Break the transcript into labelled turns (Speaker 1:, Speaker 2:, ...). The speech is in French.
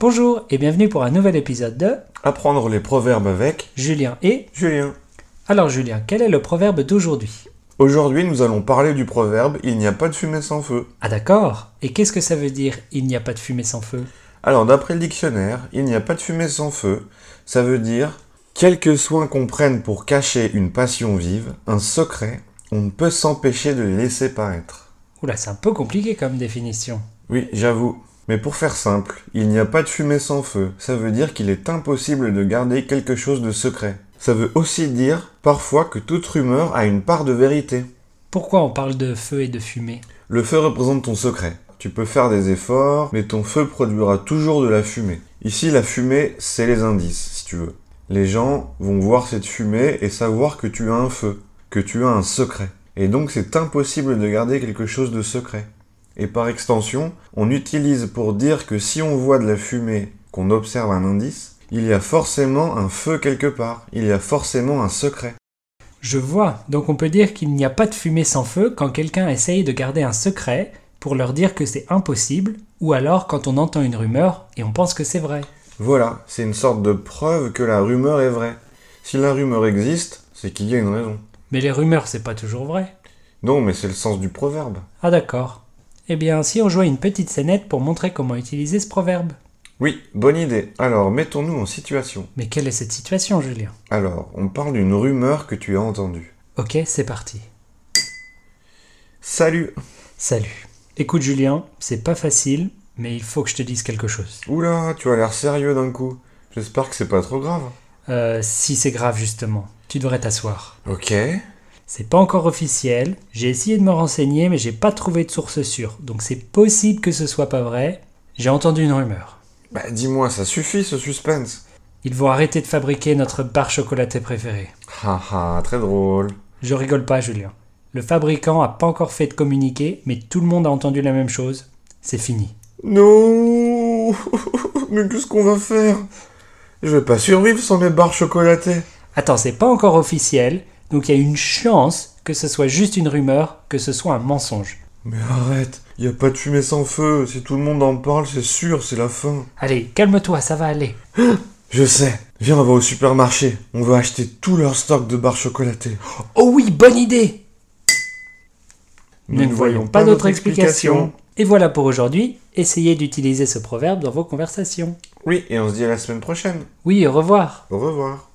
Speaker 1: Bonjour et bienvenue pour un nouvel épisode de
Speaker 2: Apprendre les proverbes avec
Speaker 1: Julien et...
Speaker 2: Julien.
Speaker 1: Alors Julien, quel est le proverbe d'aujourd'hui
Speaker 2: Aujourd'hui, nous allons parler du proverbe Il n'y a pas de fumée sans feu.
Speaker 1: Ah d'accord Et qu'est-ce que ça veut dire il n'y a pas de fumée sans feu
Speaker 2: Alors, d'après le dictionnaire, il n'y a pas de fumée sans feu, ça veut dire Quelques soins qu'on prenne pour cacher une passion vive, un secret, on ne peut s'empêcher de les laisser paraître.
Speaker 1: Oula, c'est un peu compliqué comme définition.
Speaker 2: Oui, j'avoue. Mais pour faire simple, il n'y a pas de fumée sans feu, ça veut dire qu'il est impossible de garder quelque chose de secret. Ça veut aussi dire parfois que toute rumeur a une part de vérité.
Speaker 1: Pourquoi on parle de feu et de fumée
Speaker 2: Le feu représente ton secret. Tu peux faire des efforts, mais ton feu produira toujours de la fumée. Ici, la fumée, c'est les indices, si tu veux. Les gens vont voir cette fumée et savoir que tu as un feu, que tu as un secret. Et donc, c'est impossible de garder quelque chose de secret. Et par extension, on utilise pour dire que si on voit de la fumée, qu'on observe un indice, il y a forcément un feu quelque part, il y a forcément un secret.
Speaker 1: Je vois, donc on peut dire qu'il n'y a pas de fumée sans feu quand quelqu'un essaye de garder un secret pour leur dire que c'est impossible, ou alors quand on entend une rumeur et on pense que c'est vrai.
Speaker 2: Voilà, c'est une sorte de preuve que la rumeur est vraie. Si la rumeur existe, c'est qu'il y a une raison.
Speaker 1: Mais les rumeurs, c'est pas toujours vrai.
Speaker 2: Non, mais c'est le sens du proverbe.
Speaker 1: Ah d'accord. Eh bien, si on jouait une petite scénette pour montrer comment utiliser ce proverbe.
Speaker 2: Oui, bonne idée. Alors, mettons-nous en situation.
Speaker 1: Mais quelle est cette situation, Julien
Speaker 2: Alors, on parle d'une rumeur que tu as entendue.
Speaker 1: Ok, c'est parti.
Speaker 2: Salut
Speaker 1: Salut. Écoute, Julien, c'est pas facile, mais il faut que je te dise quelque chose.
Speaker 2: Oula, tu as l'air sérieux d'un coup. J'espère que c'est pas trop grave.
Speaker 1: Euh, si c'est grave, justement, tu devrais t'asseoir.
Speaker 2: Ok.
Speaker 1: C'est pas encore officiel. J'ai essayé de me renseigner, mais j'ai pas trouvé de source sûre. Donc c'est possible que ce soit pas vrai. J'ai entendu une rumeur.
Speaker 2: Bah, dis-moi, ça suffit ce suspense.
Speaker 1: Ils vont arrêter de fabriquer notre barre chocolatée préférée.
Speaker 2: Haha, très drôle.
Speaker 1: Je rigole pas, Julien. Le fabricant a pas encore fait de communiqué, mais tout le monde a entendu la même chose. C'est fini.
Speaker 2: Non Mais qu'est-ce qu'on va faire Je vais pas survivre sans mes barres chocolatées.
Speaker 1: Attends, c'est pas encore officiel, donc il y a une chance que ce soit juste une rumeur, que ce soit un mensonge.
Speaker 2: Mais arrête, y a pas de fumée sans feu. Si tout le monde en parle, c'est sûr, c'est la fin.
Speaker 1: Allez, calme-toi, ça va aller.
Speaker 2: Je sais. Viens, on va au supermarché. On va acheter tout leur stock de barres chocolatées.
Speaker 1: Oh oui, bonne idée
Speaker 2: Nous ne voyons pas d'autre explication.
Speaker 1: Et voilà pour aujourd'hui. Essayez d'utiliser ce proverbe dans vos conversations.
Speaker 2: Oui, et on se dit à la semaine prochaine.
Speaker 1: Oui, au revoir.
Speaker 2: Au revoir.